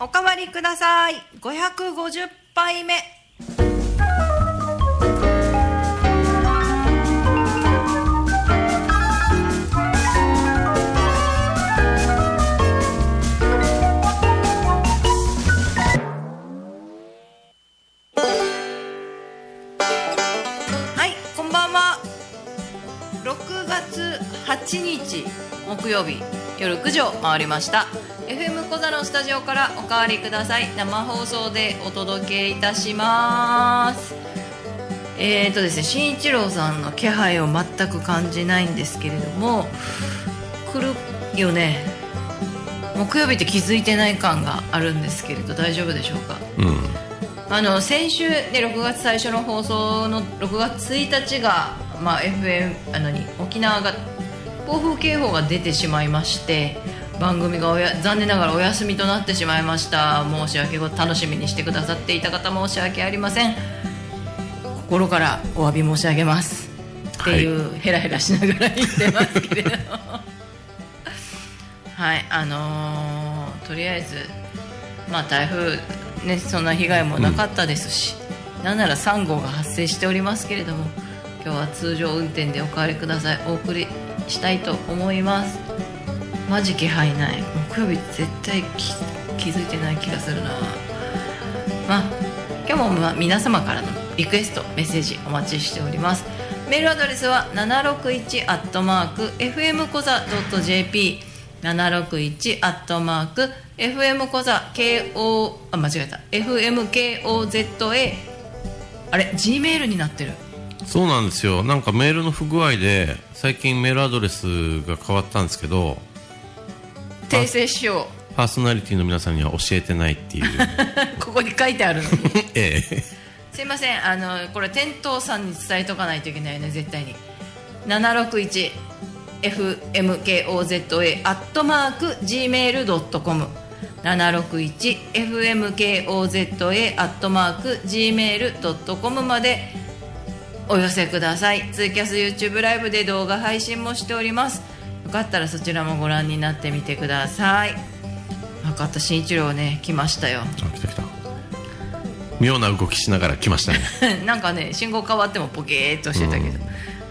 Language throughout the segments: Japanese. おかわりください550杯目はいこんばんは6月8日木曜日夜9時を回りました FM 小座のスタジオからおかわりください生放送でお届けいたしますえーとですね新一郎さんの気配を全く感じないんですけれども来るよね木曜日って気づいてない感があるんですけれど大丈夫でしょうかうんあの先週で6月最初の放送の6月1日が、まあ、FM あのに沖縄が暴風警報が出てしまいまして番組がおや残念ながらお休みとなってしまいました申し訳ご楽しみにしてくださっていた方申し訳ありません心からお詫び申し上げますっていう、ヘラヘラしながら言ってますけれどはいあのーとりあえずまあ、台風、ね、そんな被害もなかったですし、なんなら3号が発生しておりますけれども今日は通常運転でお帰りくださいお送りしたいと思いますマジ気配ない木曜日絶対き気づいてない気がするなまあ今日も、まあ、皆様からのリクエストメッセージお待ちしておりますメールアドレスは761 FM コザ .jp 761 FM コザ KO あ間違えた FMKOZA あれ G メールになってるそうなんですよなんかメールの不具合で最近メールアドレスが変わったんですけど訂正しよパーソナリティの皆さんには教えてないっていうう ここに書いてあるのに ええすいませんあのこれ店頭さんに伝えとかないといけないよね絶対に 761FMKOZA アットマーク Gmail.com 761FMKOZA アットマーク Gmail.com までお寄せくださいツイキャス YouTube ライブで動画配信もしておりますよかったらそちらもご覧になってみてください分かった新一郎ね来ましたよあ来た来た妙な動きしながら来ましたね なんかね信号変わってもポケーっとしてたけど、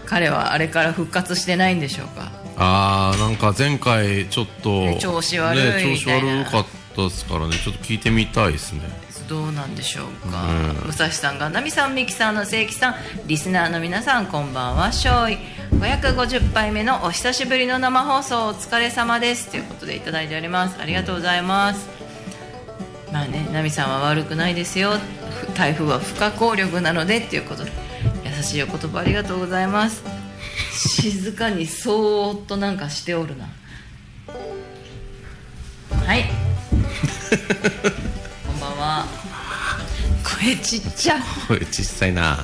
彼はあれから復活してないんでしょうかああなんか前回ちょっとね調子悪いねみ調子たいな悪かったですからねちょっと聞いてみたいですねどうなんでしょうか、武蔵さんが奈美さん美樹さんの正規さんリスナーの皆さんこんばんは勝利550杯目のお久しぶりの生放送お疲れ様ですということでいただいておりますありがとうございます、まあね奈美さんは悪くないですよふ台風は不可抗力なのでっていうことで優しいお言葉ありがとうございます静かにそーっとなんかしておるなはいこんばんは声ちっちゃこれ小さいな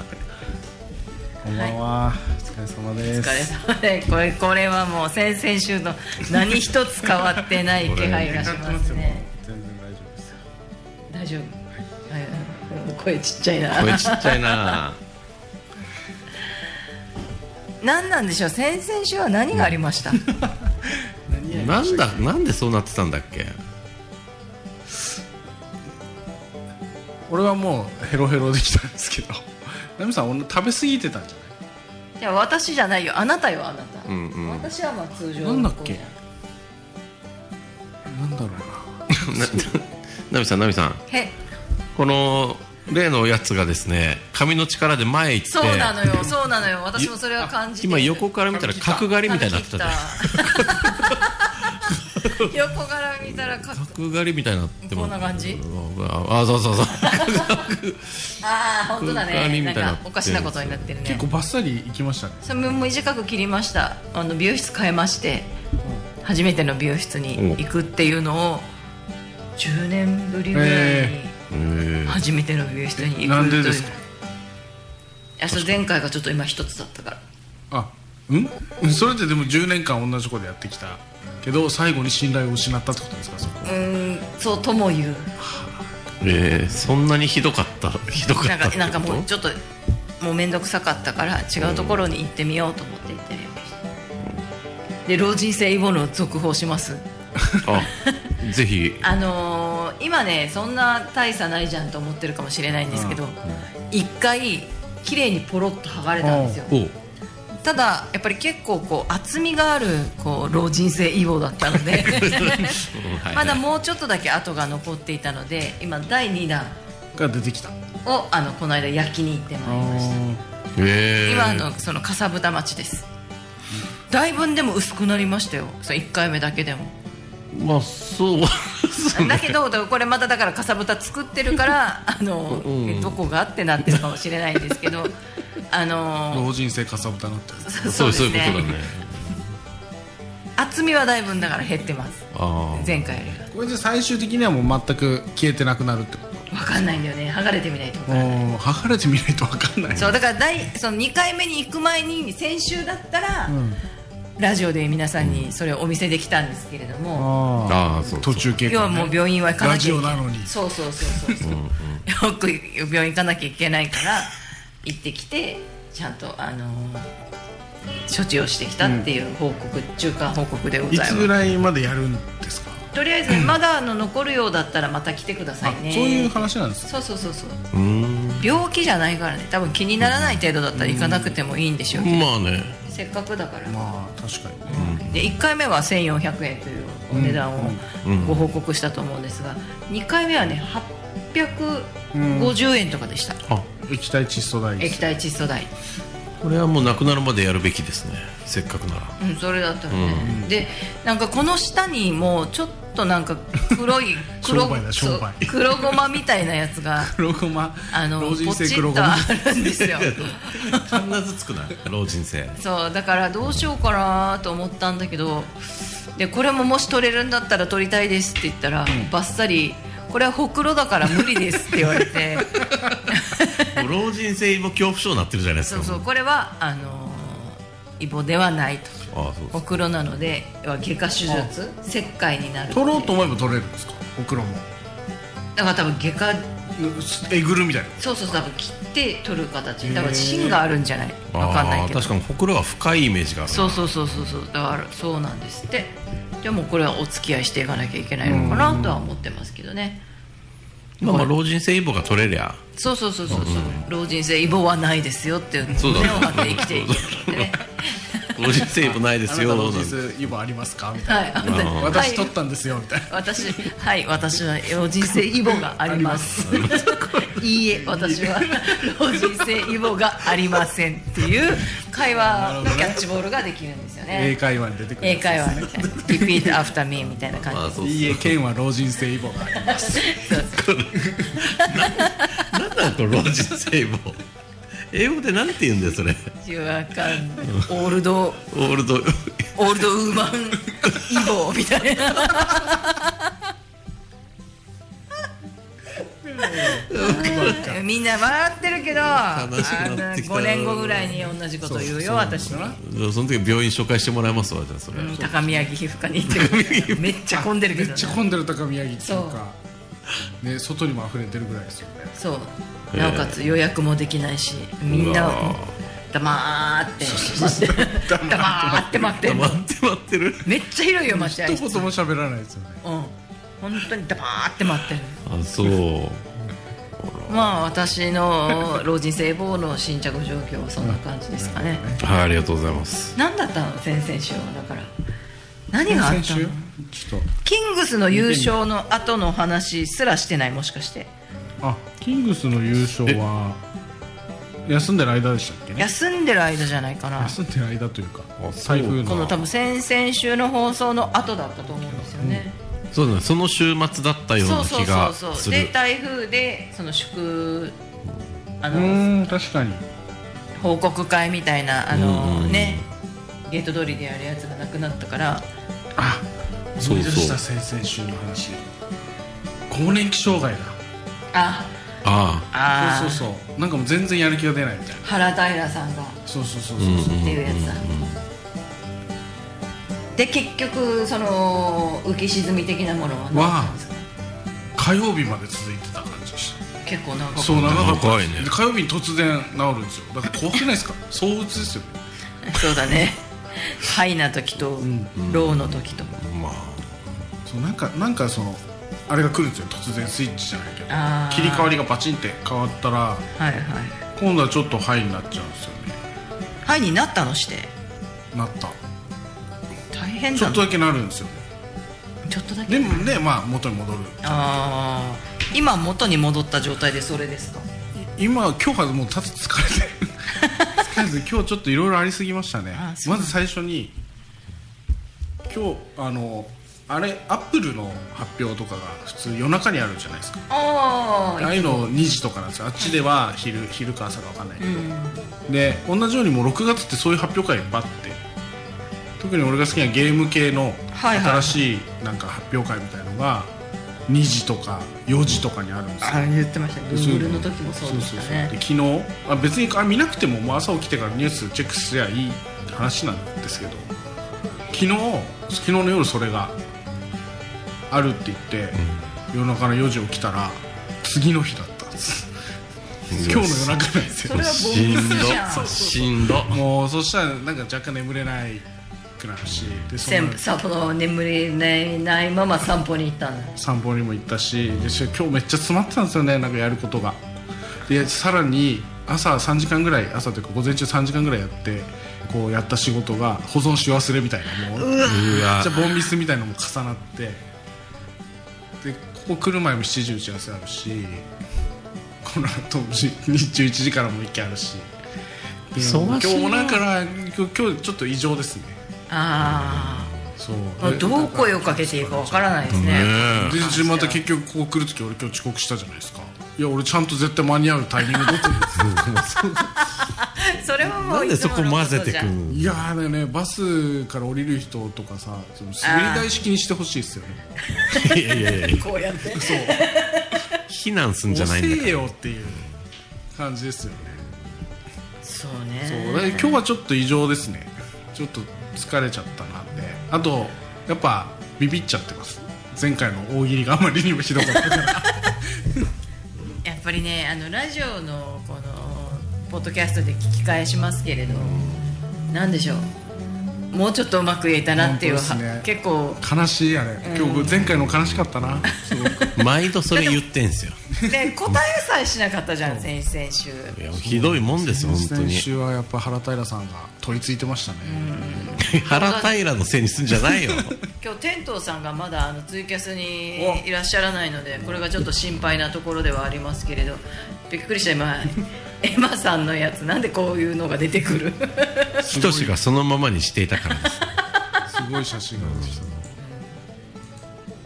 こんばんは、お疲れ様おで疲す。れ様でこれこれはもう先々週の何一つ変わってない気配がしますね全然大丈夫です。大丈夫、はいうん声ちっちゃいなこれちっちゃ いな何なんでしょう先々週は何がありました何やりまなしんただなんでそうなってたんだっけ俺はもうヘロヘロできたんですけど、 ナミさん、俺食べ過ぎてたんじいや私じゃないよあなたよあなた、うんうん私はまあ通常なんだっけこゃない？なんだろうな。なナミさんナミさんうじゃんへこの例のやつがですね髪の力で前行ってそうなのよ、そうなのよ私もそれは感じて今横から見たら角刈りみたいになってたじゃん髪切った 横から見たら角角刈りみたいになってもこんな感じああそうそう そうああ本当だ空ね間なみんたいなかおかしなことになってるね結構バッサリ行きましたね。それも短く切りましたあの美容室変えまして初めての美容室に行くっていうのを10年ぶりぐらいに、ええ初めての美容室に行くというなんでですかいやそれ前回がちょっと今一つだったからあ、うん？それででも10年間同じことやってきたけど、最後に信頼を失ったってことですか？そこ。うーんそうとも言うえーそんなにひどかったひどかなっんたっかてなんかこもうとちょっともう面倒くさかったから違うところに行ってみようと思って行ってみましたで老人性イボの続報しますあぜひあのー今ねそんな大差ないじゃんと思ってるかもしれないんですけど一、回綺麗にポロッと剥がれたんですよおうただやっぱり結構こう厚みがあるこう老人性イボだったの でうんはいまだもうちょっとだけ跡が残っていたので今第2弾が出てきたをあのこの間焼きに行ってまいりましたえー今のそのかさぶた町ですだいぶでも薄くなりましたよそ1回目だけでもまあそうそ うだねけどだからこれまただからかさぶた作ってるから あの、うんえどこがってなってるかもしれないんですけ どあの老人性かさぶたなってるそうそういうことだね厚みはだいぶだから減ってますああ前回よりこれで最終的にはもう全く消えてなくなるってこは分かんないんだよね剥がれてみないと分とからないもう剥がれてみないと分かんないそうだから第その2回目に行く前に先週だったら、んラジオで皆さんにそれをお見せできたんですけれども、ああーそうあ途中経要過はねもう病院は行かなきゃいけないラジオなのにそうそうそうそうそうよく病院行かなきゃいけないから行ってきてちゃんとあのー処置をしてきたっていう報告、中間報告でございいまつすぐらいまでやるんですかとりあえずまだあの残るようだったらまた来てくださあいねそういう話なんですそうそうそうそううーん病気じゃないからね多分気にならない程度だったら行かなくてもいいんでしょうけど、まあねせっかくだからまあ確かにねで1回目は1400円というお値段をうんうんご報告したと思うんですが2回目はね850円とかでした、あ液体窒素大液体窒素代、これはもうなくなるまでやるべきですねせっかくならうん、それだったらね、でなんかこの下にもうちょっとなんか黒 い黒商売だ商売そう黒ごまみたいなやつが黒ごまあの老ポチ人性ッ黒ごとまあるんです よ必ずつくな老人性そうだからどうしようかなと思ったんだけどでこれももし取れるんだったら取りたいですって言ったら、バッサリこれはほくろだから無理ですって言われてもう老人性も恐怖症になってるじゃないですそかうそうもこれはあのーイボではないとああそうほくろなので要は外科手術切開になる取ろうと思えば取れるんですかお黒もだから多分外科えぐるみたいなそうそう多分切って取る形だから芯があるんじゃないわかんないああけど確かにほくろは深いイメージがあるなそうそうそうそうそうだからそうなんですってでもこれはお付き合いしていかなきゃいけないのかなとは思ってますけどねまあまあ老人性イボが取れりゃそうそうそうそうそう、老人性イボはないですよっていうそうだね 胸を張って生きていけるね老人性イボないですよあなたの人生今ありますかみたいはい本当にあーな私取ったんですよみたいな私はい私は老人性イボがあり ますいいえ私は老人性イボがありませんっていう会話のキャッチボールができるんですよ英ね会話に出てくる英会話みたいな「リピートアフターミー」みたいなま感あじそういいえ県は老人性イボがありますなんだこの老人性イボ英語でなんて言うんだよそれ違和感オールドオールドオールドウーマンイボみたいなみんな笑ってるけどあの悲しくなってきた5年後ぐらいに同じこと言うよ私はその時病院紹介してもらいますわじゃあそれ、うん高宮城皮膚科に行ってるめっちゃ混んでるけめどっねちゃ混んでる高宮城っていうかね外にも溢れてるぐらいですよねそうなおかつ予約もできないしみんなうわ黙って黙って待って黙って待ってるめっちゃ広いよ待合一室言も喋らないですよねうん本当に黙って待ってるあそうまあ私の老人性棒の新着状況はそんな感じですかね。はいありがとうございます何だったの先々週はだから何があっ先たの週ちょっキングスの優勝の後の話すらしてないもしかしてとあキングスの優勝は休んでる間でしたっけね休んでる間じゃないかな休んでる間というかあそう台風このの多分先々週の放送の後だったと思うんですよね、そうだねその週末だったようそなうそう気そがうそうすでる台風でその祝あうの、ん確かに報告会みたいなあうんのうんうんねゲート通りでやるやつがなくなったからあそうそう思い出した先々週の話更年期障害だあああそーうそうそうなんかもう全然やる気が出ないみたいな原平さんがそうそうそうそうそうっていうやつだ、で結局その浮き沈み的なものはわねあ火曜日まで続いてた感じでし結構長かたっそうた長かった長いねで火曜日に突然治るんですよだから怖くないですか躁鬱ですよねそうだねハイな時とローの時とあまあそうなんかなんかそのあれが来るんですよ突然スイッチじゃないけどあー切り替わりがバチンって変わったらはいはい今度はちょっとハイになっちゃうんですよねはいになったのしてなった大変ちだょっなとだけなるんですよねちょっとだけでもねまあ元に戻るああ今元に戻った状態でそれですかい今今日はもうたつ疲れて る疲れてる今日ちょっといろいろありすぎましたねあそうまず最初に今日あのあれアップルの発表とかが普通夜中にあるじゃないですかあああいうの2時とかなんですよあっちでは昼昼か朝か分かんないけど、で同じようにもう6月ってそういう発表会いっぱいあって特に俺が好きなゲーム系のはいはい新しいなんか発表会みたいのが2時とか4時とかにあるんですよあ言ってましたグそうーいグうルの時もそうでしたそうそうねそうで昨日あ別にあ見なくてももう朝起きてからニュースチェックすりゃいい話なんですけど昨日昨日の夜それがあるって言って、夜中の4時起きたら次の日だったんです今日の夜中なんですよそれはボしんンスじゃんどしんどもうそしたらなんか若干眠れないくなるしでそせのんさこの眠れないないまま散歩に行ったんだ散歩にも行ったしでし今日めっちゃ詰まってたんですよねなんかやることがでさらに朝3時間ぐらい朝というか午前中3時間ぐらいやってこうやった仕事が保存し忘れみたいなもうめっうわちゃボンミスみたいなのも重なってでここ来る前も7時打ち合わせあるしこの後も日中1時からも1件あるしで忙しいな今日もだから今日今日ちょっと異常ですねあそうあでどう声をかけていいかわからないですねねで自分また結局ここ来る時俺今日遅刻したじゃないですかいや俺ちゃんと絶対間に合うタイミング取ってるんですよ それはもうなんでそこ混ぜていつくものこんいやーでねバスから降りる人とかさその滑り台式にしてほしいですよねいやいやいとやじゃんこうやってそう避難すんじゃ遅ないんだかせらよっていう感じですよねそうそうねだから今日はちょっと異常ですねちょっと疲れちゃったなってあとやっぱビビっちゃってます前回の大喜利があまりにもひどかったからやっぱりねあのラジオのこのポッドキャストで聞き返しますけれど、なんでしょうもうちょっとうまく言えたなっていう、本当ですね結構悲しいあれ今日前回の悲しかったなすごく毎度それ言ってんすよで答えさえしなかったじゃん先々週いやひどいもん ですよ本当先に週はやっぱ原平さんが取り付いてましたね、原平のせいにすんじゃないよ今日天童さんがまだあのツイキャスにおいらっしゃらないのでこれがちょっと心配なところではありますけれどびっくりした今エマさんのやつなんでこういうのが出てくるひとしがそのままにしていたからですすごい写真が出てきた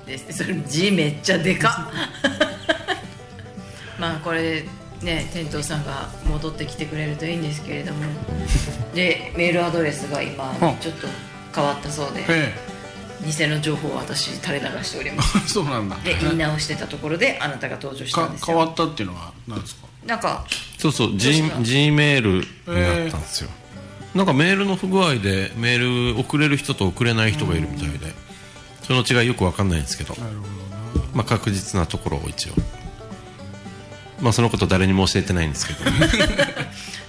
なですそれ字めっちゃでかっまあこれね店頭さんが戻ってきてくれるといいんですけれどもでメールアドレスが今うんちょっと変わったそうでえ 偽の情報を私垂れ流しておりまえすそうなんだで言い直してたところであなたが登場したかんです変わよったっていうのは何ですかなんかそうそう G, 確か G メールになったんですよ、なんかメールの不具合でメール送れる人と送れない人がいるみたいで、その違いよくわかんないんですけど、なるほどなまあ、確実なところを一応まあそのこと誰にも教えてないんですけ ど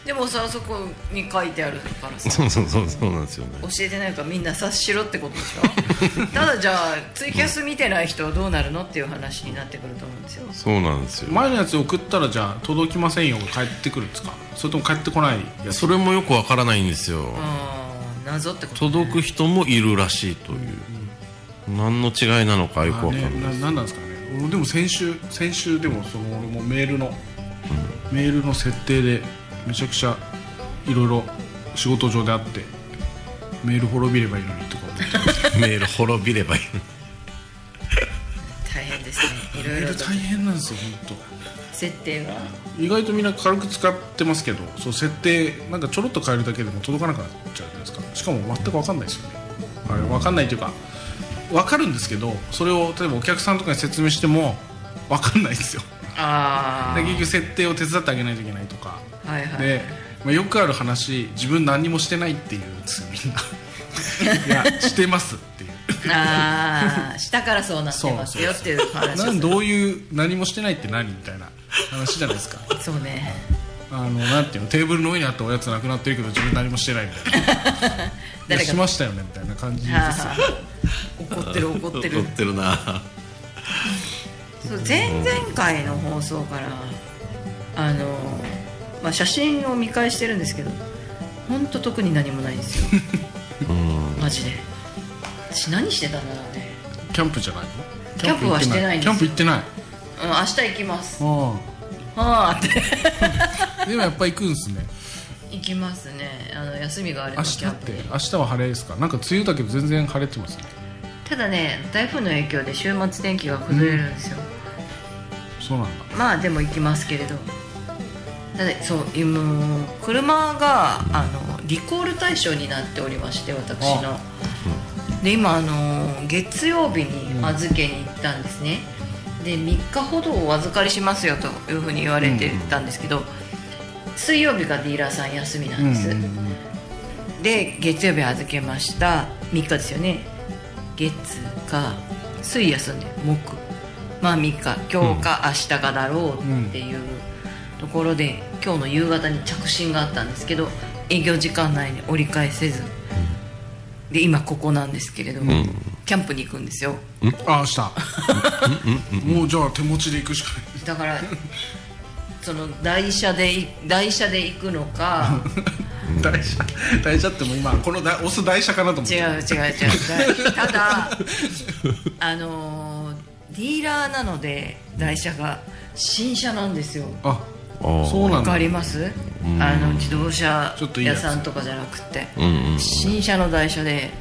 でもさあそこに書いてあるからさそうそうそうそうなんですよね教えてないからみんな察しろってことでし ょただじゃあツイキャス見てない人はどうなるのっていう話になってくると思うんですよそうなんですよ、前のやつ送ったらじゃあ届きませんよが返ってくるんですかそれとも返ってこないやつそれもよくわからないんですよ、あー謎ってこと届く人もいるらしいという、何の違いなのかよくわかんない、ねななんなんですかね俺でも先週先週でもその俺もメールの、メールの設定でめちゃくちゃいろいろ仕事上であってメール滅びればいいのにとか思ってメール滅びればいい大変ですねいろメいーろルと大変なんですよ本当。設定が意外とみんな軽く使ってますけどそう設定なんかちょろっと変えるだけでも届かなくなっちゃうじゃないですかしかも全く分かんないですよねあれ分かんないというか分かるんですけどそれを例えばお客さんとかに説明しても分かんないんですよあで結局設定を手伝ってあげないといけないとかあはいはいで、まあ、よくある話自分何にもしてないっていうんですよみ んないやしてますっていうああ下からそうなってますよっていう話なんをどういう何もしてないって何みたいな話じゃないですかそうねあのなんていうのテーブルの上にあったおやつなくなってるけど自分何もしてないみたいないや誰がしましたよねみたいな感じですよあー怒ってる怒ってる撮ってるなそう前々回の放送からあの、まあ、写真を見返してるんですけど本当特に何もないんです ようんマジで私何してたんだろうね、キャンプじゃないのキャンプはしてないんですキャンプ行ってないうん、明日行きますあはあって あでもやっぱ行くんですね行きますねあの休みがあれば明日キャっンプて明日は晴れですかなんか梅雨だけど全然晴れてますねただね台風の影響で週末天気が崩れるんですよ、そうなんだまあでも行きますけれどただそう今車があのリコール対象になっておりまして私ので今あの月曜日に預けに行ったんですね、で3日ほどお預かりしますよというふうに言われてたんですけど、水曜日がディーラーさん休みなんです、で月曜日預けました3日ですよね月か水休んで木まあ3日今日か明日かだろうっていうところで、今日の夕方に着信があったんですけど営業時間内に折り返せずで今ここなんですけれども、キャンプに行くんですよあ明日 もうじゃあ手持ちで行くしかないだからその台車でい台車で行くのか台車台車ってもう今この台押す台車かなと思っ違うて違う違うた だあのーディーラーなので台車が新車なんですよああーそうなんわかだりますあの自動車ちょっといいや屋つさんとかじゃなくてうんうん新車の台車で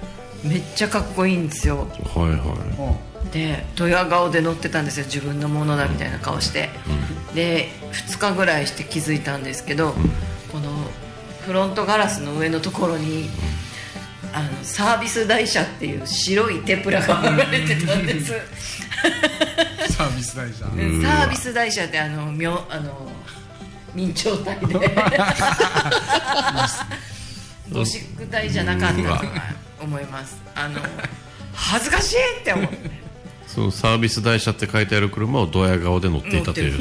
めっちゃかっこいいんですよはいはうでドヤ顔で乗ってたんですよ自分のものだみたいな顔して、で2日ぐらいして気づいたんですけど、このフロントガラスの上のところにあのサービス台車っていう白いテプラが貼られてたんです、んサービス台車でサービス台車ってあのみょあの明朝体でゴシック体じゃなかったとは思いますあの恥ずかしいって思っていそうサービス台車って書いてある車をドヤ顔で乗っていたとい乗う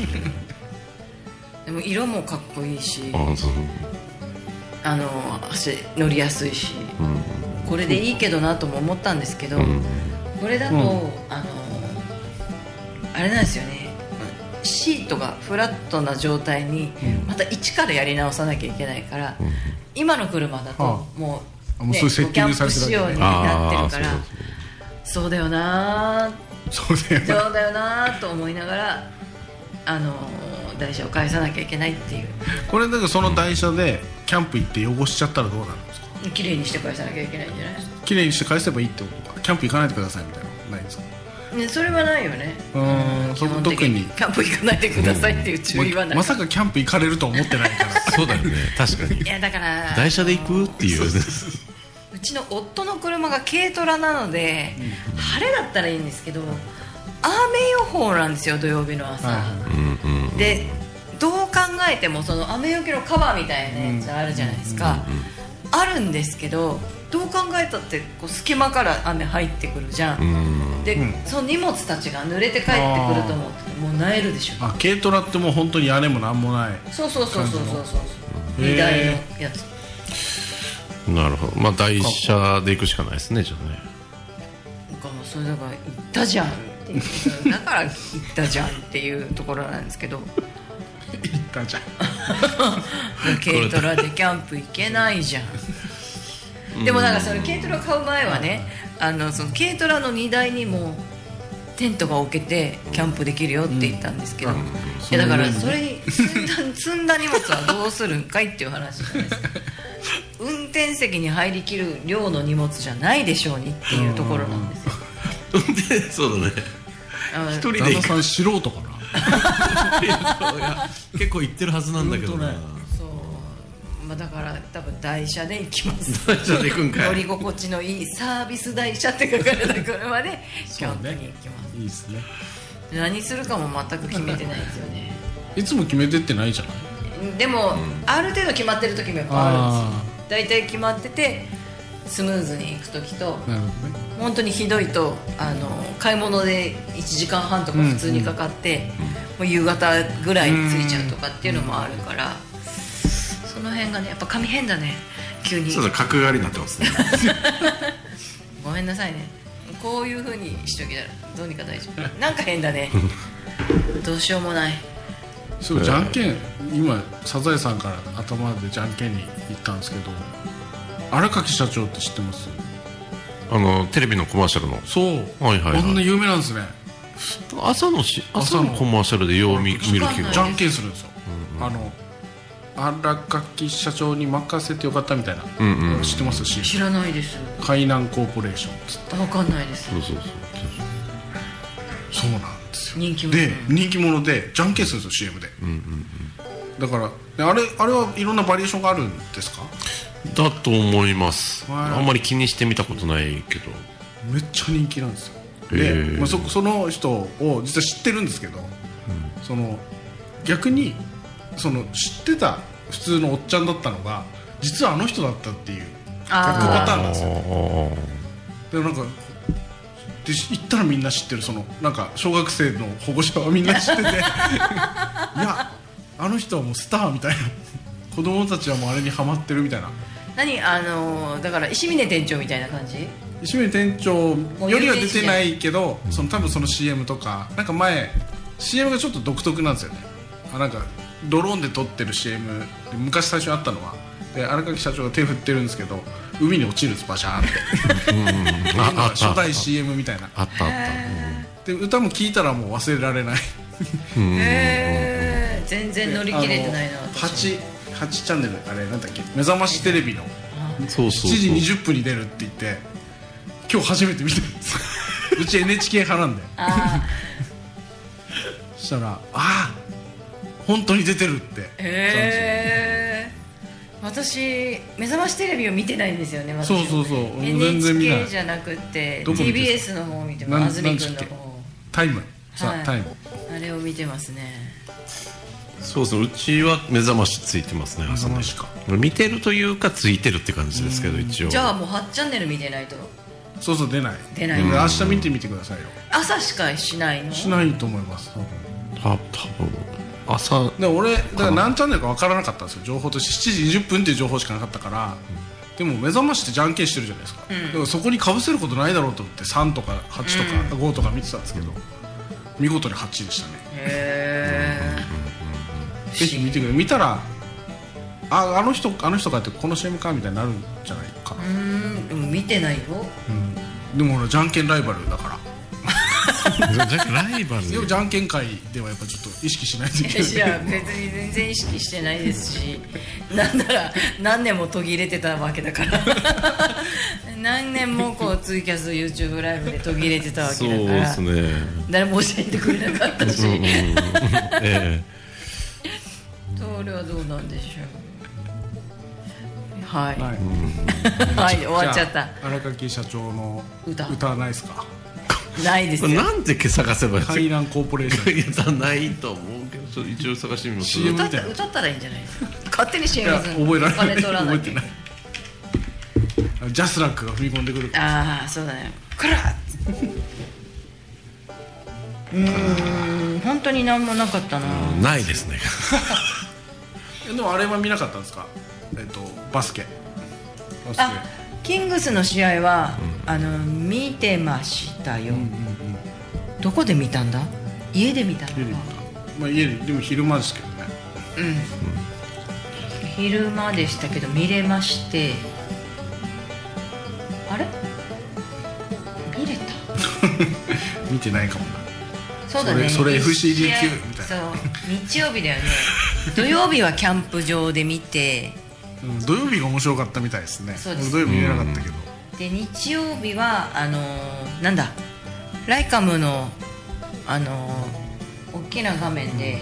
でも色もかっこいいしあそうあの足乗りやすいし、これでいいけどなとも思ったんですけど、これだと、うあんのあれなんですよねシートがフラットな状態にまた一からやり直さなきゃいけないから、今の車だとはもう,、あもうそういうセッティングされてるキャンプ仕様わけねになってるそかうらそうそうだよなーってそうだよねそうだよなーと思いながらあの台車を返さなきゃいけないっていうこれだからその台車でキャンプ行って汚しちゃったらどうなるんですか綺麗にして返さなきゃいけないんじゃない綺麗にして返せばいいってことかキャンプ行かないでくださいみたいなのないんですかね、それはないよねうーん基本そ的特にキャンプ行かないでくださいっていう注意はない、まさかキャンプ行かれるとは思ってない からそうだ よね確かにいやだから台車で行くっていううちの夫の車が軽トラなので、晴れだったらいいんですけど雨予報なんですよ土曜日の朝、はいうんうんでどう考えてもその雨よけのカバーみたいなやつあるじゃないですか、あるんですけどどう考えたってこう隙間から雨入ってくるじゃん、うんで、んその荷物たちが濡れて帰ってくると思ってもう萎えるでしょあ軽トラってもう本当に屋根もなんもないそうそうそうそうそうそうへー荷台のやつなるほどまあ台車で行くしかないですねじゃあねなんかもうそれだから行ったじゃんって いうだから行ったじゃんっていうところなんですけど行ったじゃん軽トラでキャンプ行けないじゃんでもなんかその軽トラ買う前はねあのその軽トラの荷台にもテントが置けてキャンプできるよって言ったんですけど、いやだからそれに 積んだ積んだ荷物はどうするんかいっていう話じゃないですか運転席に入りきる量の荷物じゃないでしょうにっていうところなんですよ でそうだねあの一人旦で那行くさん素人かな結構行ってるはずなんだけどな本そう、まあ、だから多分台車で行きます 台車で行くんか乗いり心地のいいサービス台車って書かれた車でキャンプに行きます、いいですね何するかも全く決めてないんですよねいつも決めてってないじゃないでも、ある程度決まってる時もやっぱあるんですよ大体決まっててスムーズに行く時となるほどね本当にひどいとあの買い物で1時間半とか普通にかかって、もう夕方ぐらいに着いちゃうとかっていうのもあるから、その辺がねやっぱ髪変だね急にそうだ角刈りになってますねごめんなさいねこういうふうにしときたらどうにか大 丈夫なんか変だねどうしようもないそうじゃんけん今サザエさんから頭でじゃんけんに行ったんですけど荒垣社長って知ってますあのテレビのコマーシャルのそう、はいはいはいこんな有名なんですね朝のし朝のコマーシャルでよう見見る気がわかんないじゃんけんするんですよ、あの荒垣社長に任せてよかったみたいな、知ってますし知らないです海南コーポレーションっつってわかんないですそうそうそうそうなんですよ人気もで人気者でじゃんけんするんですよ CM で、だからであれあれはいろんなバリエーションがあるんですかだと思いますはいあんまり気にしてみたことないけどめっちゃ人気なんですよへで、ーまあ、そその人を実は知ってるんですけど、その逆にその知ってた普通のおっちゃんだったのが実はあの人だったっていう逆パターンなんですよあでなんかで行ったらみんな知ってるそのなんか小学生の保護者はみんな知ってていやあの人はもうスターみたいな子供たちはもうあれにハマってるみたいな何あのーだから石峰店長みたいな感じ石森店長よりは出てないけどその多分その CM とかなんか前 CM がちょっと独特なんですよねあなんかドローンで撮ってる CM で昔最初にあったのはで荒垣社長が手振ってるんですけど海に落ちるんですバシャーンってっていうのが初代 CM みたいなあああったあったで歌も聴いたらもう忘れられないへえ全然乗り切れてないなあの私8 8チャンネルあれなんだっけ目覚ましテレビのそう7そう時そう20分に出るって言って今日初めて見たんですうち NHK 派なんであそしたら「ああ本当に出てる」ってーへえ私目覚ましテレビを見てないんですよねまだそうそうそう俺も全然見ない NHK じゃなくてどこ見てる TBS の方を見てなんます安住君のなんつったっ方タイムさ、はいタイムあれを見てますねそうそううちは目覚ましついてますね目覚ましか見てるというかついてるって感じですけど一応じゃあもう8チャンネル見てないとそうそう出ない出ないで明日見てみてくださいよ朝しかしないのしないと思います多分た多分朝で俺だから何チャンネルか分からなかったんですよ情報として7時20分っていう情報しかなかったから、でも目覚ましってじゃんけんしてるじゃないですか,、だからそこにかぶせることないだろうと思って3とか8とか5とか見てたんですけど、見事に8でしたねへえぜひ見てくれ見たらああの人あの人かってこの CM かみたいになるんじゃないかなうーんでも見てないよでもほらじゃんけんライバルだからライバルでもじゃんけん会ではやっぱちょっと意識しないとい けいないや別に全然意識してないですしなんなら何年も途切れてたわけだから何年もこうツイキャス YouTube ライブで途切れてたわそうけだかでら、すね誰も教えてくれなかったしうんうんえそれはどうなんでしょうはい、ははいい、終わっちゃっじたゃあ荒垣社長の歌歌はないですかないでえすこれよなんで今探せばいい海南コーポレーションいやだないと思うけどちょっと一応探してみます CM 歌った歌ったらいいんじゃないですか 勝手にい CM やするの覚えらおれな金い取らな覚いえてないジャスラックが踏み込んでくるああそうだねこらっつってうーん本当に何もなかったなないですねえでもあれは見なかったんですかえっとバスケバスケあキングスの試合は、あの見てましたよ、どこで見たんだ家で見たのか家で見たまあ家ででも昼間ですけどね昼間でしたけど見れましてあれ見れた見てないかもなそうだねそれそれ一 FCDQ 試合みたいなそう日曜日 だよね土曜日はキャンプ場で見てうん土曜日が面白かったみたいですねそうです俺土曜日見れなかったけどで日曜日はあのーなんだライカムのあのー大きな画面で、へ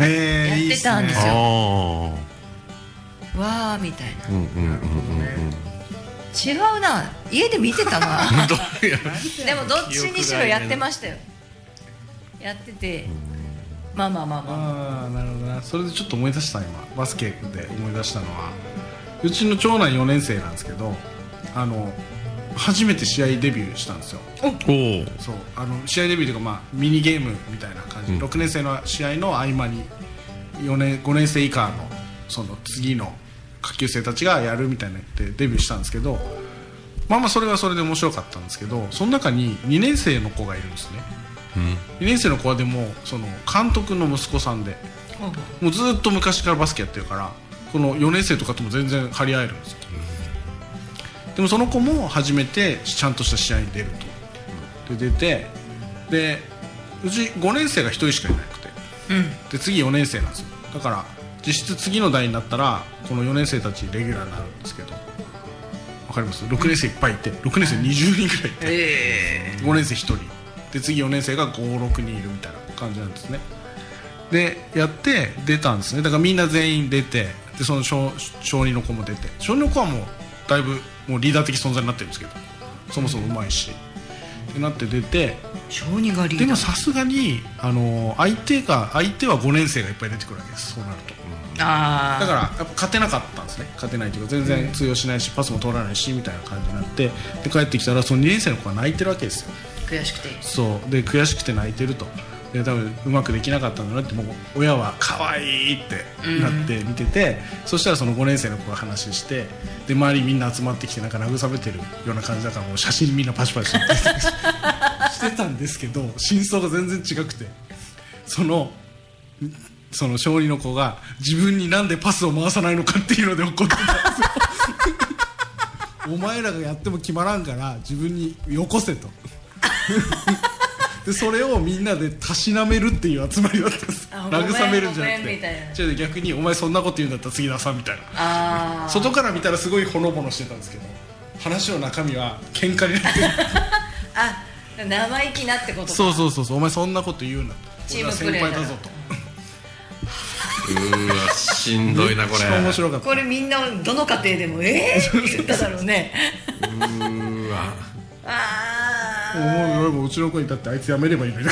えいいやってたんですよねあわーみたいあうんうんうんうんな違うな家で見てたな どうや でもどっちにしろやってましたよやっててまあまあまあまあああなるほどなそれでちょっと思い出した今バスケで思い出したのはうちの長男4年生なんですけどあの初めて試合デビューしたんですよおおそうあの試合デビューというか、まあ、ミニゲームみたいな感じ、ん6年生の試合の合間に4年5年生以下のその次の下級生たちがやるみたいなのってデビューしたんですけどまあまあそれはそれで面白かったんですけどその中に2年生の子がいるんですねうん2年生の子はでもその監督の息子さんでほうほもうずっと昔からバスケやってるからこの4年生とかとも全然張り合えるんですよでもその子も初めてちゃんとした試合に出るとで出てでうち5年生が1人しかいなくてううんで次4年生なんですよだから実質次の代になったらこの4年生たちレギュラーになるんですけどわかります6年生いっぱいいて6年生20人ぐらいいてえ5年生1人で次4年生が56人いるみたいな感じなんですねでやって出たんですねだからみんな全員出てでその小小2の子も出て小2の子はもうだいぶもうリーダー的存在になってるんですけどそもそもうまいしってなって出て小児がリでーダーもさすがにあの相手が相手は5年生がいっぱい出てくるわけですそうなるとあだからやっぱ勝てなかったんですね勝てないというか全然通用しないし、パスも通らないしみたいな感じになってで帰ってきたらその2年生の子が泣いてるわけですよら悔しくてそうで悔しくて泣いてるとで多分うまくできなかったんだなってもう親は可愛いってなって見てて、そしたらその5年生の子が話してで周りみんな集まってきてなんか慰めてるような感じだからもう写真みんなパシパシしてしてたんですけど真相が全然違くてその。その勝利の子が自分になんでパスを回さないのかっていうので怒ってたん ですよお前らがやっても決まらんから自分によこ せとでそれをみんなでたしなめるっていう集まりだったんですあごめん慰めるんじゃなごくめんみたいなて違う逆にお前そんなこと言うんだったら次出さんみたいなああ外から見たらすごいほのぼのしてたんですけど話の中身は喧嘩になってるあ生意気なってことかそうそうそうそうお前そんなこと言うなチー俺はムプ先レーだ輩だぞとうわしんどいなこめれっちゃ面白かったこれみんなどの家庭でもええー、って言っただろうねうわおあ前俺もうちの子にだってあいつやめればいいのに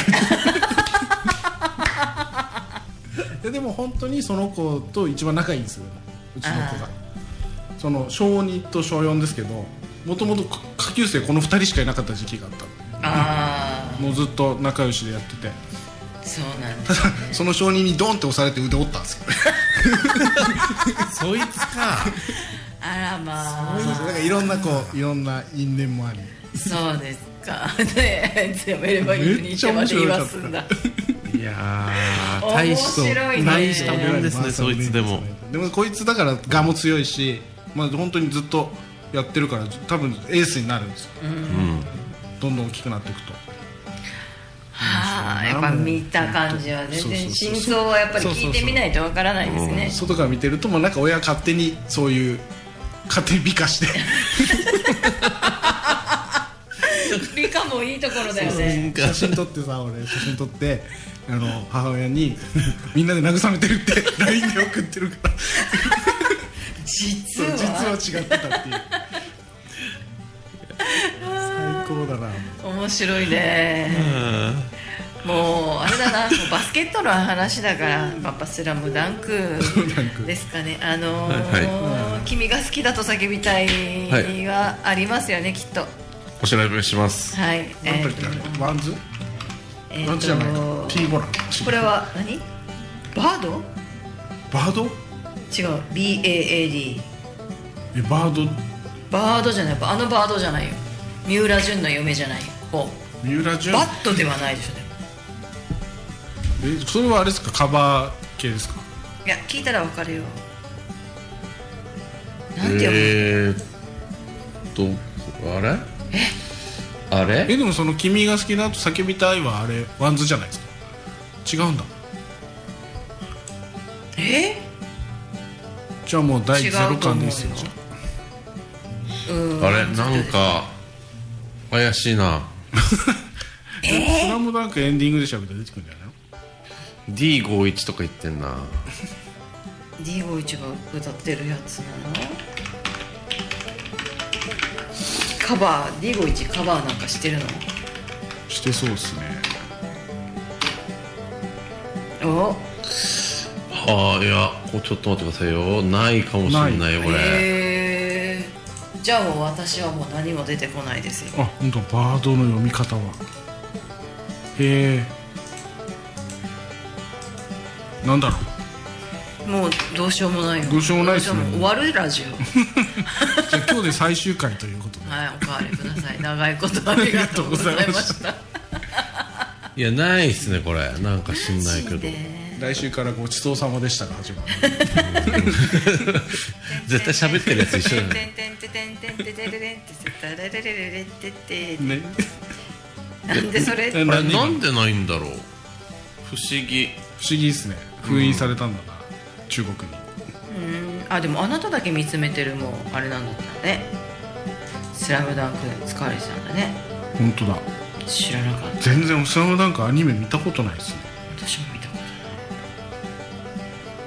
ででも本当にその子と一番仲いいんですようちの子がその小2と小4ですけどもともと下級生この2人しかいなかった時期があったああもうずっと仲良しでやってて あそうなんただだその小2にドンって押されて腕折ったんですよそいつかあらまだあからいろ んなこういろんな因縁もありそうですかねえやめればいいのにってまで言わすんだいやー面大し白いね大したもんですねそいつでもでもこいつだから我も強いし、まあ、本当にずっとやってるから多分エースになるんですよ、どんどん大きくなっていくとはあやっぱ見た感じは全然そうそうそう真相はやっぱり聞いてみないとわからないですね外から見てるともうなんか親勝手にそういう勝手に美化して理科もいいところだよねなんか写真撮ってさ俺写真撮ってあの母親に 「みんなで慰めてる」って LINE で送ってるから実そうは実は違ってたっていう 最高だな面白いねもうあれ だなもうバスケットの話だからやっぱスラムダンクダンクですかねあのーはい君が好きだと叫びたいはありますよね、きっとお調べしますはい何えとー言っとてあれワンズえーとワンズじゃないか T ボランこれは何バードバード違う BAAD えバードバードじゃないあのバードじゃないよ三浦純の嫁じゃないよお三浦純バットではないでしょでもえそれはあれですかカバー系ですかいや聞いたらわかるよなんて読む、えーっとあれあえれでもその「君が好きだと叫びたい」はあれワンズじゃないですか違うんだえじゃあもう第違うと思う0よ巻ですようんあれなんか怪しいな「スラムダンクエンディングでしょ」みたいな出てくるんじゃないの D51 とか言ってんな D51 が歌ってるやつなのカバー D51 カバーなんかしてるしてそうですねのおああいやこうちょっと待ってくださいよないかもしんないよこれへえじゃあもう私はもう何も出てこないですよあ本当バードの読み方はへえなんだろうもうどうしようもないよどうしようもないっすどねうしようも終わるラジオじゃあ今日で最終回ということではい、おかわりください。長いことありがとうございま した。いやないっすねこれなんか知んないけどね 来週からごちそうさまでしたが始まる絶対喋ってるやつ一緒だねてんてんてんてんてんてんてんてんてんてんてんてんてんてんてんてんてん ねなんでそれえこれ何不な思んでないんだろう不思議議ですね封印されたんだな、中国にうんあでもあなただけ見つめてるもうあれなんだったねスラムダンクで使われてたんだね本当だ知らなかった全然「スラムダンクアニメ見たことないですね私も見たこと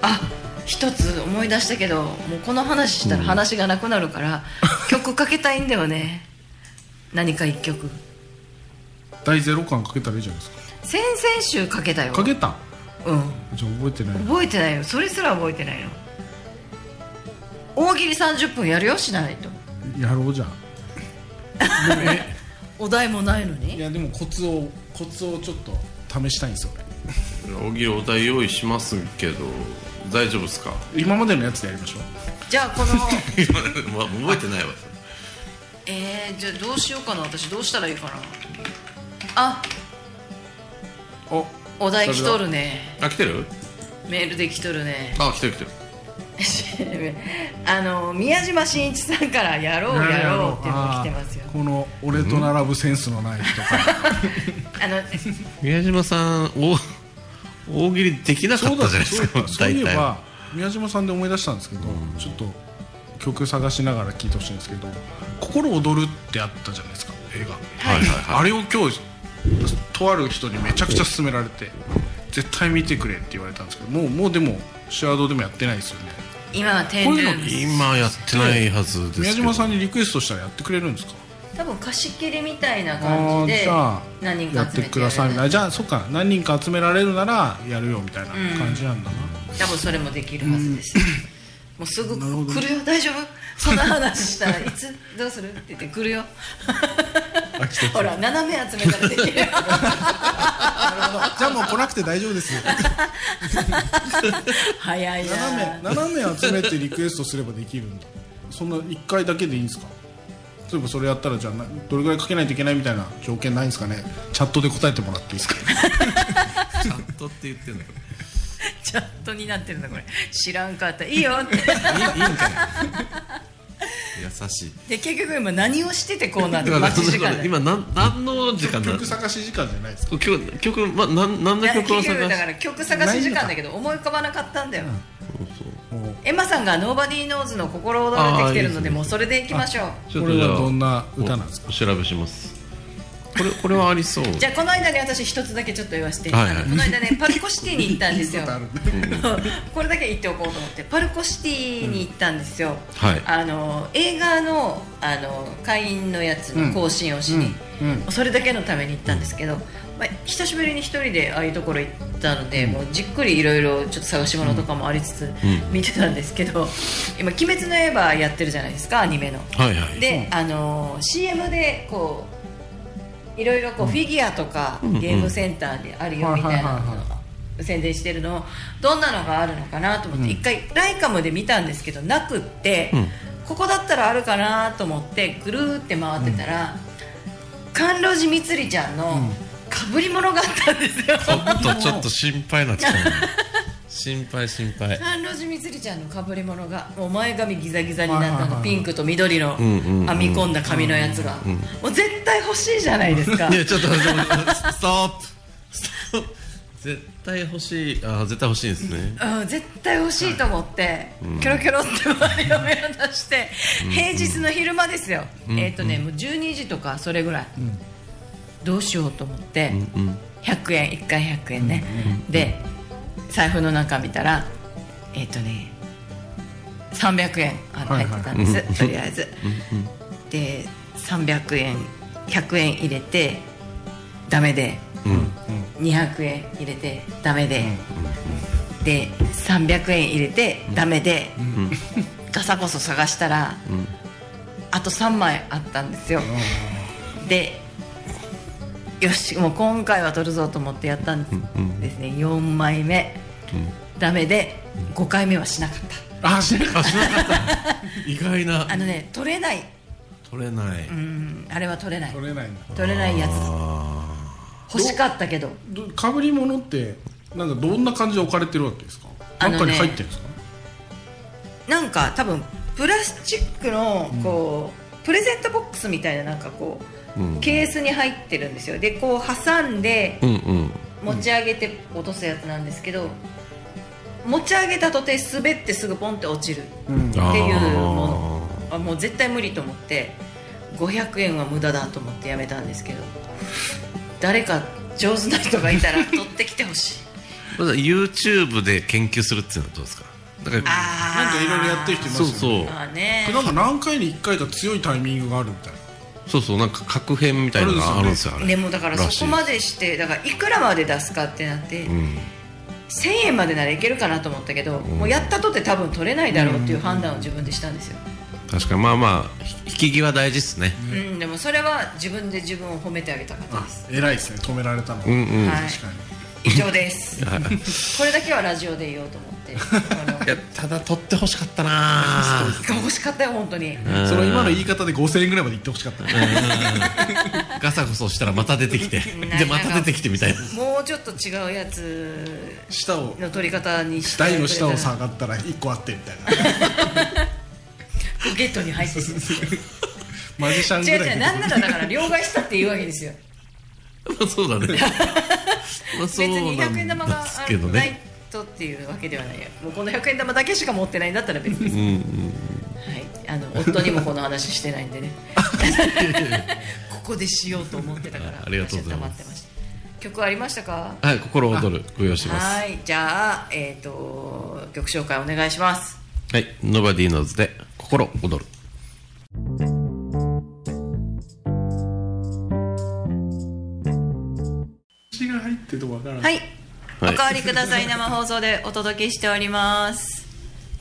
ないあ一つ思い出したけどもうこの話したら話がなくなる から、曲かけたいんだよね何か一曲第ゼロ感かけたらいいじゃないですか先々週かけたよかけたうんじゃあ覚えてない覚えてないよそれすら覚えてないよ大喜利30分やるよしないとやろうじゃんお題もないのにいやでもコツをコツをちょっと試したいんですよ大喜利お題用意しますけど大丈夫ですか 俺今までのやつでやりましょうじゃあこの 今ま覚えてないわえー、じゃあどうしようかな私どうしたらいいかなあおお題来とるねあ来てるメールで来とるね あ来てる来てるあの宮島真一さんから「やろうやろう」っていうのが来てますよあーこの俺と並ぶセンスのない人からあの宮島さんお大喜利できなかったじゃないですかそうい大え体ば宮島さんで思い出したんですけど、ちょっと曲探しながら聴いてほしいんですけど「心躍る」ってあったじゃないですか映画、はいはいはいあれを今日とある人にめちゃくちゃ勧められて絶対見てくれって言われたんですけどもうもうでもシェアドでもやってないですよね今は天こういう竜の今やってないはずですけど宮島さんにリクエストしたらやってくれるんですか多分貸し切りみたいなあ感じーでじゃあ何人かやっ集てめてくやだるさいあじゃあそっか何人か集められるならやるよみたいな感じなんだな、多分それもできるはずです、もうすぐ来るよ大丈夫そんな話したらいつどうするって言って来るよほら斜め集めたらできるよじゃあもう来なくて大丈夫ですよ 早いな斜め斜め集めてリクエストすればできるんだそんな1回だけでいいんですか例えばそれやったらじゃあなどれぐらいかけないといけないみたいな条件ないんですかねチャットで答えてもらっていいですかチャットって言ってんだからチャットになってるんだこれ知らんかったい いよっていいいんかい 優しいで結局今何をしててこうなってだから待ち時間だよ今なん何の時間なの曲探し時間じゃないですか曲曲、ま、なん何いのや結曲を探し局だから曲探し時間だけど思い浮かばなかったんだよ、もうエマさんが「ノーバディーノーズの心躍る」できてるのであーいいですねもうそれでいきましょうちょっことれじゃあはどんな歌なんですかお調べしますこれこれはありそうじゃあこの間に私一つだけちょっと言わせて、はいはいあのこの間ねパルコシティに行ったん ですよあるこれだけ言っておこうと思ってパルコシティに行ったんですよ、はいあの映画のあの会員のやつの更新をしに、うんうんそれだけのために行ったんですけど、まあ、久しぶりに一人でああいうところ行ったので、もうじっくりいろいろちょっと探し物とかもありつつう見てたんですけど、今「鬼滅の刃」やってるじゃないですかアニメの。はいはいで、あのー CM でこういろいろこうフィギュアとかんうんゲームセンターであるよみたいなはいはいはいのを宣伝してるのをどんなのがあるのかなと思って一回ライカムで見たんですけどなくってうんここだったらあるかなと思ってぐるーって回ってたら甘露寺みつりちゃんのかぶり物があったんですよ。ちょっとちょっと心配になってきたな心配心配甘露寺みつりちゃんのかぶり物がもう前髪ギザギザになはいったはいはのいピンクと緑のんうんうん編み込んだ髪のやつがもう絶対欲しいじゃないですかいやちょっとでもストップストップ絶対欲しいあ絶対欲しいですねうん、絶対欲しいと思って、キョロキョロって周りを目を出して、平日の昼間ですよ、えっ、とねもう12時とかそれぐらい、どうしようと思って、100円1回100円ね、で財布の中見たらえっ、とね300円あのは入いっはいてたんです、とりあえず、で300円100円入れてダメでうん200円入れてダメで、で300円入れてダメで、ガサこそ探したら、あと3枚あったんですよ、でよしもう今回は取るぞと思ってやったんですね、4枚目、ダメで5回目はしなかっあしなかった意外なたあのね取れない取れない、うんあれは取れない取れないんだ取れないやつあ欲しかったけどどかぶり物ってなんかどんな感じで置かれてるわけですかあのね中に入ってるんですかなんか多分プラスチックのこう、プレゼントボックスみたいななんかこう、うんケースに入ってるんですよでこう挟んでーうんうん持ち上げて落とすやつなんですけど、持ち上げたとて滑ってすぐポンって落ちるうっあんてーいうものあもう絶対無理と思って500円は無駄だと思ってやめたんですけど誰か上手な人がいたら取ってきてほしいまだ YouTube で研究するっていうのはどうですかだからあ なんかいろいろやってる人いますそようそねうまあねなんか何回に1回か強いタイミングがあるみたいなそうそうなんか核編みたいなのがあるんですよあれでもだからしいそこまでしてだからいくらまで出すかってなって、うん1000円までならいけるかなと思ったけど、もうやったとて多分取れないだろうっていう判断を自分でしたんですよ、確かにまあまあひ引き際大事っすねうんでもそれは自分で自分を褒めてあげたかったあです、偉いですね止められたのは、うんうん、はい確かに以上 ですこれだけはラジオで言おうと思って いやただ取ってほしかったなぁあの欲しかったよ本当にその今の言い方で5000円ぐらいまで言ってほしかったねガサゴソしたらまた出てきてないでまた出てきてみたいなもうちょっと違うやつ舌をの取り方にして台の下を下がったら1個あってみたいなポケットに入ってるマジシャンぐ違うらい違うでなんならだから両替したって言うわけですよまあそうだ ねまあ別に100円玉がですあけどないねとっていうわけではないよもうこの100円玉だけしか持ってないんだったら別に、はい、あの夫にもこの話してないん でねここでしようと思ってたからありがとうございます私は黙ってした曲ありましたかはい心躍るご用意してますはいじゃあえっ、と曲紹介お願いしますはい「Nobody Knows」で「心躍る」血が入ってるとこわからないはい、はいおかわりください生放送でお届けしております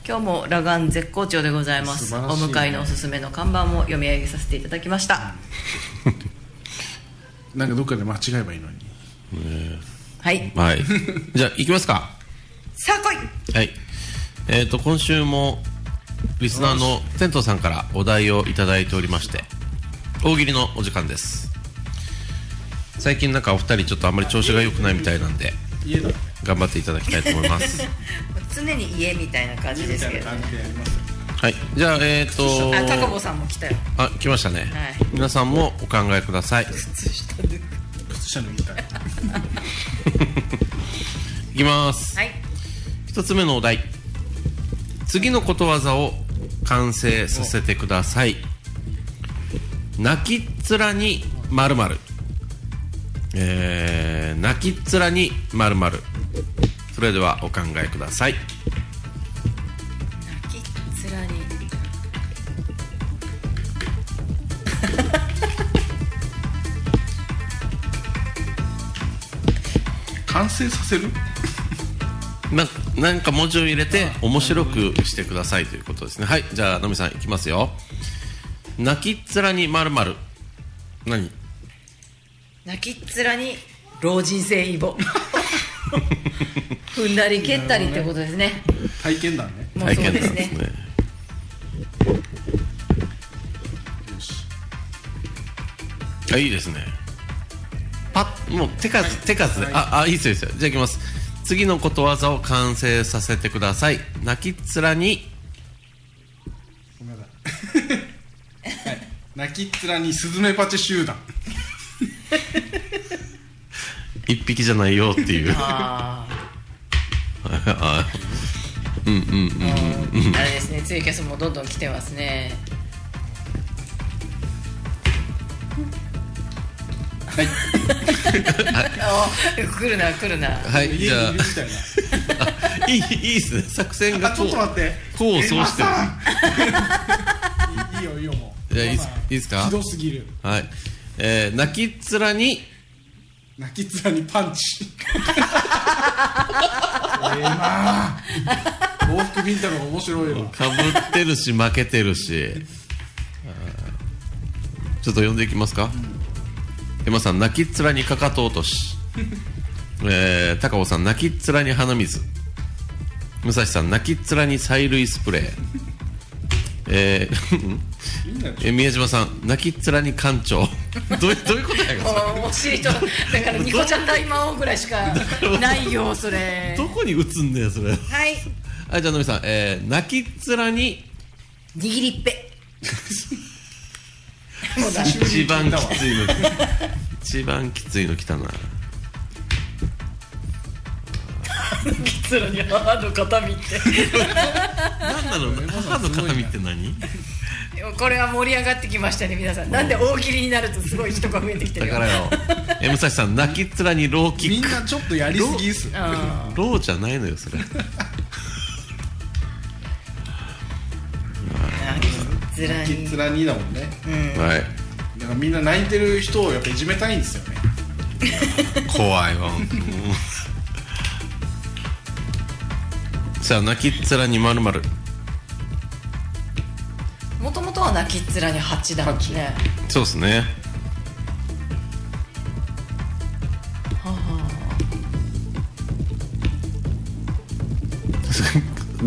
今日もラガン絶好調でございます素晴おらしいね迎えのおすすめの看板も読み上げさせていただきましたなんかどっかで間違えばいいのにはい はいじゃあ行きますかさあ来いはいえっ、と今週もリスナーのテントさんからお題をいただいておりまして大喜利のお時間です最近なんかお二人ちょっとあんまり調子が良くないみたいなんで家だ頑張っていただきたいと思います 常に家みたいな感じですけどじでやりますはいじゃあえっ、とあ高坊さんも来たよあ来ましたね、はい皆さんもお考えください靴下脱ぐ靴下脱ぎたいいきますはい一つ目のお題次のことわざを完成させてください泣きっ面にまるまるえー、泣きっ面にまるまるそれではお考えください泣きっ面に完成させるななんか文字を入れて面白くしてくださいということですねはいじゃあのみさんいきますよ泣きっ面にまるまる何泣きっ面に老人性イ ボ踏んだり蹴ったりってことですね体験談ねもう体そう験でなすんですねねあいいですねパッもう手数、手数で、ああいいですよいいですよじゃあいきます次のことわざを完成させてください泣きっ面にごめんなさい はい泣きっ面にスズメバチ集団一匹じゃないよっていうあああもうあれですねツイキャスもどんどん来てますねはい お来るな来るなはいじ家にゃいるみたいあいいいいですね作戦ながあちこうょっと待ってこうそうしてる いいよいいよもういやいいっすママいいっすかひどすぎるはいえー、泣きっ面に泣きっ面にパ ンチええな あ往復ビンタの方が面白いわかぶってるし負けてるしあーちょっと読んでいきますか、エマさん泣きっ面にかかと落とし、えー、高尾さん泣きっ面に鼻水武蔵さん泣きっ面に催涙スプレーえー いいんだよえ宮島さん泣きっ面に館長 どういどういうことやかおお尻とだからニコちゃん大魔王ぐらいしかないよそれどこに打つんだよそれはいはいじゃあのみさん、えー、泣きっ面に握りっぺもうだ一番きついの一番きついの来たなきつらに母の形見って何なの母の形見って何でもこれは盛り上がってきましたね皆さんなんで大喜利になるとすごい人が増えてきてだるよからよえ武蔵さん泣きっ面にローキみんッなちょっとやりすぎっすうんクローじゃないのよそれ泣きっ面キッにズラにだもんねはいだからみんな泣いてる人をやっぱいじめたいんですよね怖いわさあ泣きっ面にまるまるもともとは泣きっ面に蜂だもんねそうですね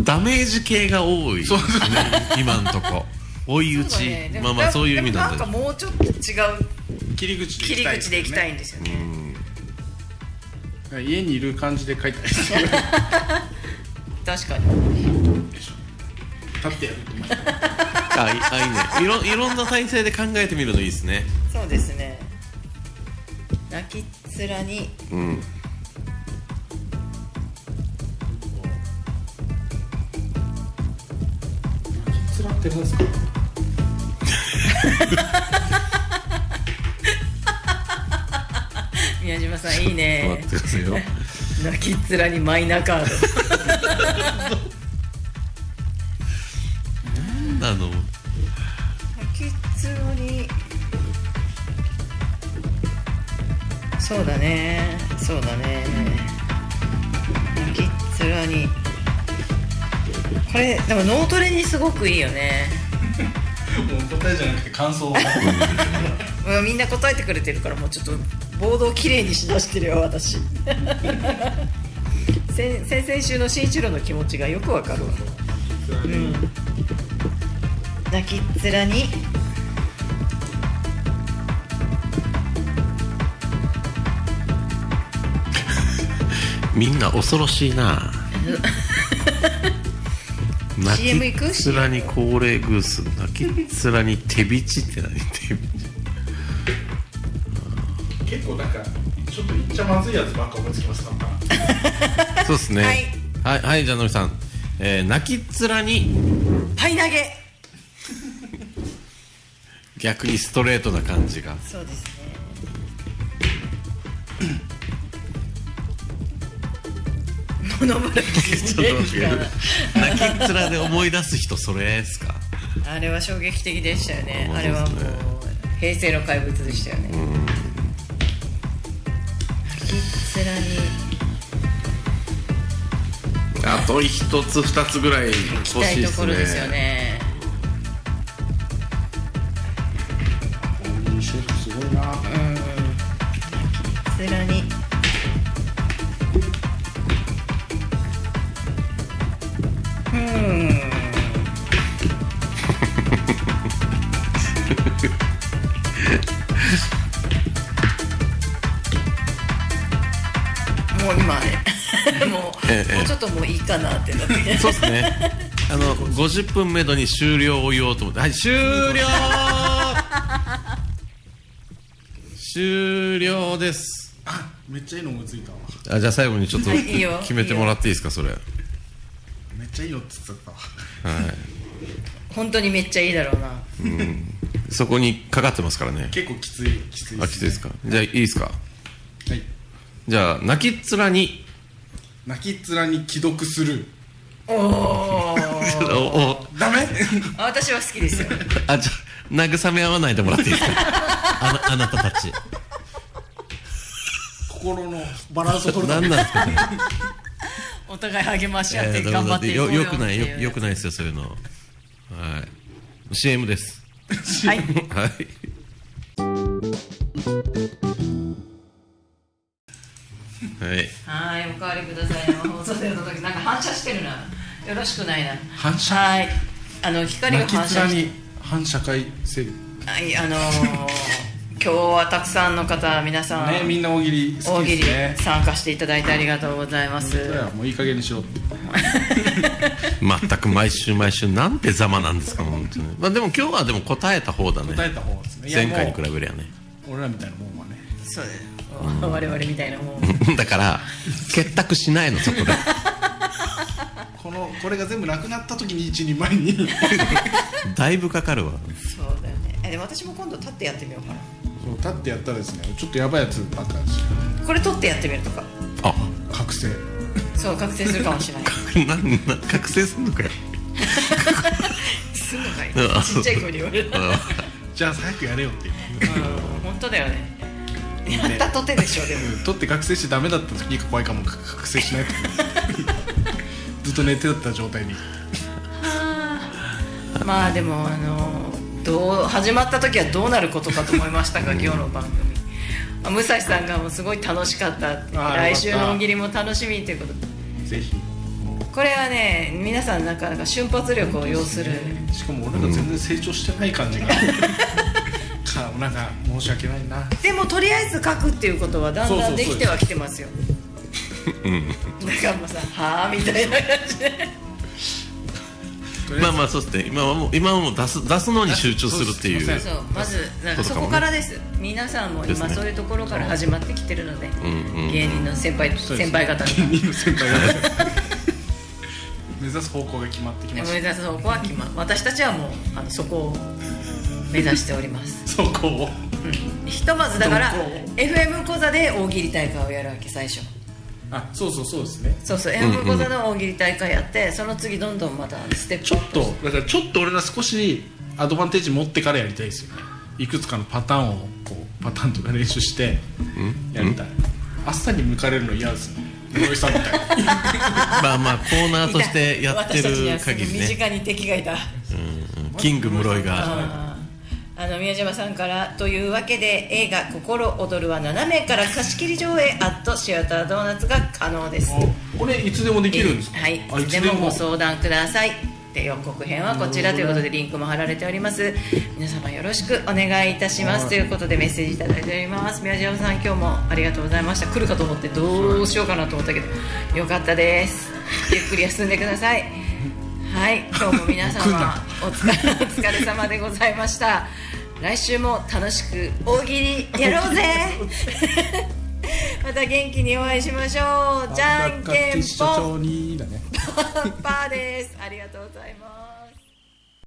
ダメージ系が多いそうですね今んとこ追い打そうち、だねでもまあまあそういう意味なんでだもなんかもうちょっと違う切り口で切り口でいきたいんでですよねすよね家にいる感じで書いたりする確かにでしょ立ってやるって 思ってあいあいいねいろいろんな体勢で考えてみるのいいですねそうですね泣きっ面にうんキッズラってなんですか宮島さんいい待ってねくださいよ泣きっ面にマイナカードあの泣きっ面にそうだねそうだね泣きっ面にこれでも脳トレにすごくいいよねもう答えじゃなくて感想うをんみんな答えてくれてるからもうちょっとボードをきれいにしだしてるよ私 先先々週の新一郎の気持ちがよくわかるわうん泣きっ面にみんな恐ろし いな泣き CM 行くっ面に高齢グース泣きっ面に手びちって何手びち結構なんかちょっと言っちゃまずいやつばっか思いつきますなんかそうですねはいはいじゃあのみさん、えー、泣きっ面にパイ投げ逆にストレートな感じがそうですね野々村ちょっと記待って念泣きっ面で思い出す人それですかがあれは衝撃的でしたよねまああれはもそうですねう平成の怪物でしたよね泣きっ面にあと一つ二つぐらい欲行きたいところですよね大西シェフすごいなつらにうんもう今あれ もう,、ええもうちょっともういいかなってなってきてそうですね。あの50分目処に終了を言おうと思って、はい終了。終了です。めっちゃいいの思いついたわあじゃあ最後にちょっとはいいいよ決めてもらっていいですかそれ。はい。めっちゃいいのって言っちゃったわ本当にめっちゃいいだろう なそこにかかってますからね。結構きついきついあきついですか。じゃあいいですか。はいじゃあ泣きっ面に泣きっ面に既読するおーおおダメ あ私は好きですよあじゃあ慰め合わないでもらっていいですか。あなあなたたち。心のバランスを取るため何なんです かね。お互い励まし合っえてー頑張っていこうよよよくないよよくないないですよそういうの。はい。CM です。はいはい。はい。はい、おかわりください。生放送での時、なんか反射してるな。よろしくないな。反射はい。あの光が泣き反面射しに反社会性ねはいあのー今日はたくさんの方皆さん、みんな大喜利好大喜きで利すね参加していただいてありがとうございますそれはもういい加減にしろって全く毎週毎週なんてざまなんですか本当に、まあ、でも今日はでも答えた方だね答えた方ですねいや前回にも比べりゃね う俺らみたいなもんはねそうです我々みたいなもんだから結託しないのそこでこのこれが全部なくなった時に一人前にだいぶかかるわそうだよねえでも私も今度立ってやってみようかなそう立ってやったらですねちょっとやばいやつばっかりこれ取ってやってみるとかあ覚醒そう覚醒するかもしれないなんな覚醒すんのかよ すんのかいう んちっちゃい声で言われるじゃあ早くやれよって本当だよねやったとてでしょでも取って覚醒してダメだった時が怖いかも覚醒しない とずっと寝てた状態にまあでもあのどう始まった時はどうなることかと思いましたが今日の番組あ武蔵さんがもうすごい楽しかったってあー来週よかのった大喜利も楽しみということでぜひこれはね皆さんなかなか瞬発力を要するしかも俺ら全然成長してない感じが、 かなんか申し訳ないなでもとりあえず書くっていうことはだんだんできてはきてますよだからもうさ「はあ」みたいな感じでまあまあそうですね今はもう今はもう出す出すのに集中するっていそううでそうまずなんかそこからです皆さんもです今ねそういうところから始まってきてるのでんうん芸人の先輩うです先輩方が芸人の先輩が目指す方向が決まってきま目し指す方向は決まる私たちはもうあのそこを目指しており ます、たそこをうん、ひとまずだからどこ FM 講座で大喜利大会をやるわけ最初あ そうそうそうですねそうそううん FM 講座の大喜利大会やってその次どんどんまたステップちょっとだからちょっと俺ら少しアドバンテージ持ってからやりたいですよねいくつかのパターンをこうパターンとか練習してやりたいあっさり向かれるの嫌ですね室井さんみたい なまあまあコーナーとしてやってる私たち限にはり身ね近に敵がいたキング室井があーあの宮島さんからというわけで映画「心躍る」は7名から貸し切り上映アットシアタードーナツが可能ですこれいつでもできるんですか、はい、あいつでもご相談くださいで予告編はこちらということでリンクも貼られております皆様よろしくお願いいたします、はいということでメッセージいただいております宮島さん今日もありがとうございました来るかと思ってどうしようかなと思ったけどよかったですゆっくり休んでくださいはい今日も皆来る様なお疲れお疲れ様でございました来週も楽しく大喜利や ろうぜ また元気にお会いしましょうじゃんけんぽんんにだね パーです。ありがとうございます。